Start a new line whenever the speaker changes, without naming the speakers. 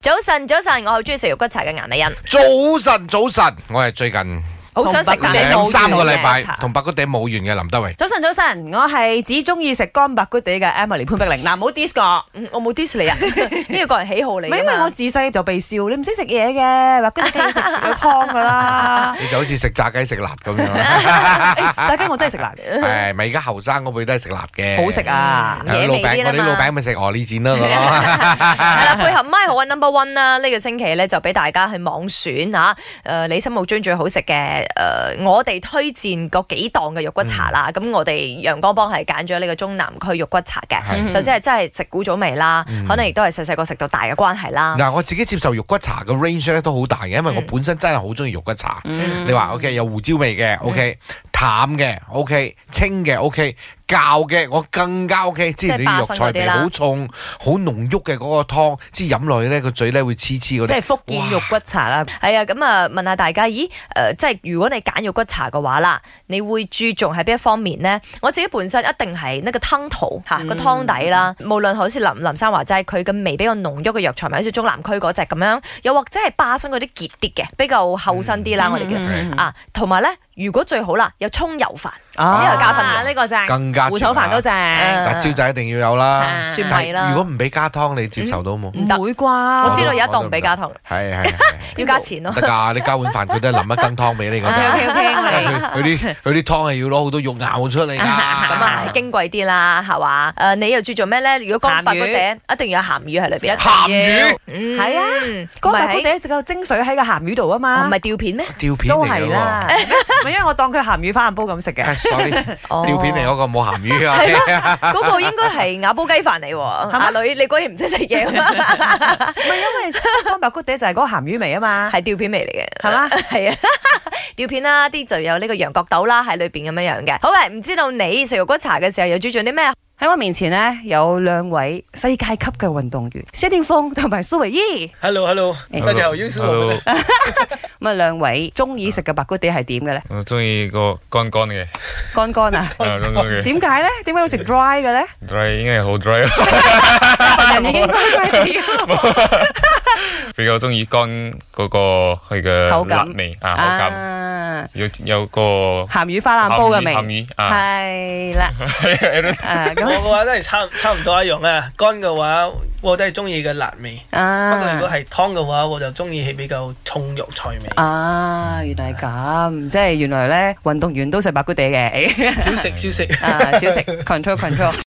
早晨，早晨，我好中意食肉骨茶嘅顏美欣，
早晨，早晨，我系最近
好想食
同白骨
但係冇
頂
兩
緣
三個禮拜
嘅茶
同白骨頂冇緣嘅林德 榮。。
早晨，早晨，我係只中意食乾白骨地嘅 Emily 潘碧玲。嗱，唔好 dis 我，啊
嗯我冇 diss 你啊，呢個個人喜好嚟㗎
唔
嘛。
係因為我自細就被笑，你唔識食嘢嘅，白骨地梗係食有湯噶啦
你就好似食炸雞食辣咁樣，
誒 大家我真係食辣嘅，
係咪而家後生嗰輩都係食辣嘅，
好食啊！
有啲老
野味啲
餅，
啦嘛
我啲老餅咪食鵝呢展咯，
係啦，配合 My 好 Number One 啦，呢個星期咧就俾大家去網選吓，誒、你心目中最好食嘅誒，我哋推薦嗰幾檔嘅肉骨茶啦。
嗯
咁、我哋陽光幫係揀咗呢個中南區肉骨茶嘅，
嗯
係
首先係真係食古早味啦，
嗯
可能亦都係細細個食到大嘅關係啦。
嗱，我自己接受肉骨茶嘅 range 咧都好大嘅，因為我
嗯
本身真係好中意肉骨茶。
嗯
你話 OK 有胡椒味嘅，OK 淡嘅，OK 清嘅，OK 教嘅，我更加 OK。即係
即係
啲肉
巴生
菜
嗰啲
味
啦
好重、好濃郁嘅嗰個湯，即係飲落去咧個嘴咧會黐黐嗰
即
啲。
係福建肉骨茶啦，
係啊，咁啊問下大家，咦誒、即係如果你揀肉骨茶嘅話啦，你會注重喺邊一方面呢？我自己本身一定係呢個湯頭嚇個、湯底啦，無論好似林林生話齋，佢嘅味比較濃郁嘅藥材咪好似中南區嗰只咁樣，又或者係巴生嗰啲結啲嘅，比較厚身啲啦，我哋叫、
嗯
啊，同埋咧，如果最好啦，有葱油飯，
啊
呢個加分嘅
呢個正，
更加
芋頭飯都正，嗯
誒
辣椒就一定要有啦。
啊嗯
蒜
但
米啦
係如果唔俾加湯，你接受到冇？
唔得
唔會啩？
我知道有一檔唔俾加湯，
係係係
要加錢咯
得。㗎，你加碗飯佢都係淋一羹湯俾你㗎
，OK
咋。
OK OK，我
佢佢
哋
啲佢啲湯係要攞好多肉咬出嚟㗎。咁
咁 啊，矜貴啲啦，係嘛？誒、你又注重咩咧？如果乾白嗰頂，一定要有鹹魚喺裏邊。
鹹魚
嗯
係啊，乾白骨地就個精髓喺個鹹魚度啊
我
嘛
唔，係吊片咩？
吊片
都
嚟㗎
係
喎。
啦， 唔係因為我當佢鹹魚花腩煲咁食嘅。
s o r r y
哦
哦
吊片嚟嗰個冇鹹魚啊。
係咯，嗰個應該係瓦煲雞飯嚟喎。阿女，你果然唔識食嘢嘛？
唔係因為乾白骨嗲就係嗰個鹹魚味 啊嘛，
係吊片味嚟嘅，
係嘛？
係啊，吊片啦，啲就有呢個羊角豆啦喺裏邊咁樣樣嘅。好嘅，唔知道你食肉骨茶嘅時候又注重啲咩？
喺我面前呢，有兩位世界級嘅運動員，謝定峰同埋蘇維伊。
Hello Hello，大家好，又是我们的。
咁啊，兩位中意食嘅白骨地係點嘅咧？
我中意個乾乾嘅，
乾乾啊？
啊乾乾嘅
點解咧？點解要食 dry 嘅 咧？
dry 應該係好 dry，
人已經乾乾地。
比較中意乾嗰個佢
口
嘅
感
辣味啊口感，
啊，
有有 個
鹹魚花腩煲嘅
鹹
味。
魚啊，
係啦。啊
我
咁
嘅話都係差差唔多一樣啦。乾嘅話，我都係中意嘅辣味。不過如果
啊
係湯嘅話，我就中意係比較重肉菜味，
啊，原來係咁，即係原來咧運動員都食白骨地嘅。
少食少食。
啊，少食 control control。